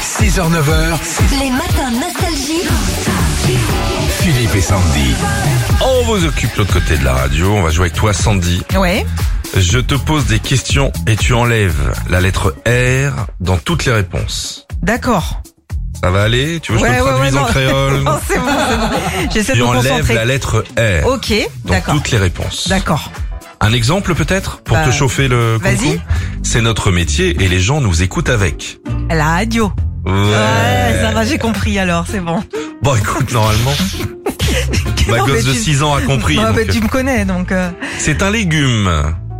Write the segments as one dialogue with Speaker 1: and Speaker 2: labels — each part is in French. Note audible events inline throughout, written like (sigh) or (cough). Speaker 1: 6h-9h,
Speaker 2: Les matins nostalgiques.
Speaker 1: Philippe et Sandy.
Speaker 3: On vous occupe de l'autre côté de la radio. On va jouer avec toi, Sandy.
Speaker 4: Ouais.
Speaker 3: Je te pose des questions et tu enlèves la lettre R dans toutes les réponses. (laughs)
Speaker 4: D'accord.
Speaker 3: Ça va aller Tu veux que je te le traduise en
Speaker 4: non.
Speaker 3: créole
Speaker 4: (laughs) Non, c'est bon, c'est bon. J'essaie de
Speaker 3: Tu
Speaker 4: me
Speaker 3: enlèves
Speaker 4: concentrer.
Speaker 3: la lettre R
Speaker 4: Ok,
Speaker 3: dans
Speaker 4: d'accord.
Speaker 3: toutes les réponses.
Speaker 4: D'accord.
Speaker 3: Un exemple peut-être pour te
Speaker 4: Bah,
Speaker 3: chauffer le
Speaker 4: vas-y.
Speaker 3: coucou C'est notre métier et les gens nous écoutent avec.
Speaker 4: La radio.
Speaker 3: Ouais.
Speaker 4: Ouais, ça va, j'ai compris alors, c'est bon.
Speaker 3: Bon, écoute,
Speaker 4: (laughs)
Speaker 3: normalement, (laughs) ma
Speaker 4: Non, mais
Speaker 3: gosse de
Speaker 4: tu-
Speaker 3: 6 ans a compris.
Speaker 4: Ouais,
Speaker 3: donc,
Speaker 4: mais tu me connais donc. euh,
Speaker 3: C'est un légume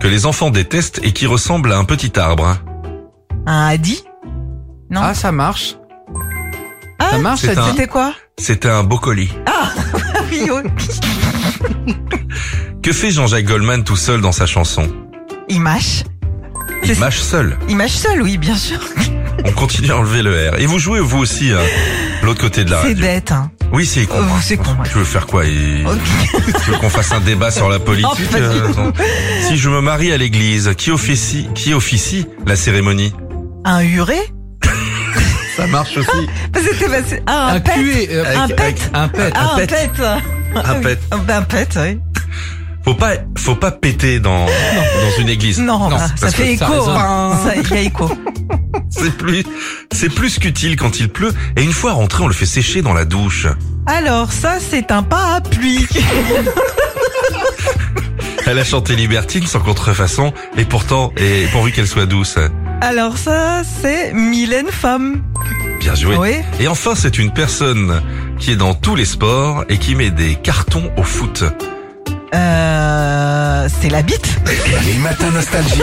Speaker 3: que les enfants détestent et qui ressemble à un petit arbre. hein.
Speaker 4: Un hadi Non.
Speaker 5: Ah, ça marche.
Speaker 4: Ah,
Speaker 5: ça marche,
Speaker 3: c'est
Speaker 5: ça hein. dit.
Speaker 3: un-
Speaker 4: C'était quoi (laughs)
Speaker 3: C'était un brocoli.
Speaker 4: Ah oui, oui.
Speaker 3: Que fait Jean-Jacques Goldman tout seul dans sa chanson
Speaker 4: Il mâche.
Speaker 3: Il
Speaker 4: C'est-
Speaker 3: mâche seul.
Speaker 4: Il mâche seul, oui, bien sûr.
Speaker 3: On continue à enlever le R. Et vous jouez vous aussi hein, l'autre côté de la
Speaker 4: C'est
Speaker 3: radio.
Speaker 4: bête. Hein.
Speaker 3: Oui, c'est con.
Speaker 4: Oh,
Speaker 3: hein.
Speaker 4: c'est con, ouais.
Speaker 3: Tu veux faire quoi il-
Speaker 4: Ok. Oh,
Speaker 3: Tu veux qu'on fasse un débat sur la politique euh,
Speaker 4: pas du tout.
Speaker 3: non. Si je me marie à l'église, qui officie, qui officie la cérémonie
Speaker 4: Un huré
Speaker 3: Ça
Speaker 4: Ah.
Speaker 3: marche aussi.
Speaker 4: C'était pas- c'est- ah, un,
Speaker 5: Un
Speaker 4: pet.
Speaker 5: cul et- euh,
Speaker 4: Un
Speaker 3: Avec-
Speaker 4: pet.
Speaker 5: un pet.
Speaker 4: Ah, un pet.
Speaker 3: Un pet.
Speaker 4: Ah, bah, Un pet, oui.
Speaker 3: Faut pas, faut pas péter dans dans une église.
Speaker 4: Non,
Speaker 5: Non,
Speaker 4: bah, ça
Speaker 5: parce
Speaker 4: fait
Speaker 5: que ça
Speaker 4: écho.
Speaker 5: résonne.
Speaker 4: hein. Ça, Il y a écho.
Speaker 3: C'est plus, c'est plus qu'utile quand il pleut. Et une fois rentré, on le fait sécher dans la douche.
Speaker 4: Alors ça, c'est un parapluie.
Speaker 3: Elle a chanté Libertine sans contrefaçon, et pourtant, et pourvu qu'elle soit douce.
Speaker 4: Alors ça, c'est Mylène Femme.
Speaker 3: Bien joué.
Speaker 4: Oui.
Speaker 3: Et enfin, c'est une personne qui est dans tous les sports et qui met des cartons au foot.
Speaker 4: Euh, c'est la bite.
Speaker 1: Les matins nostalgie.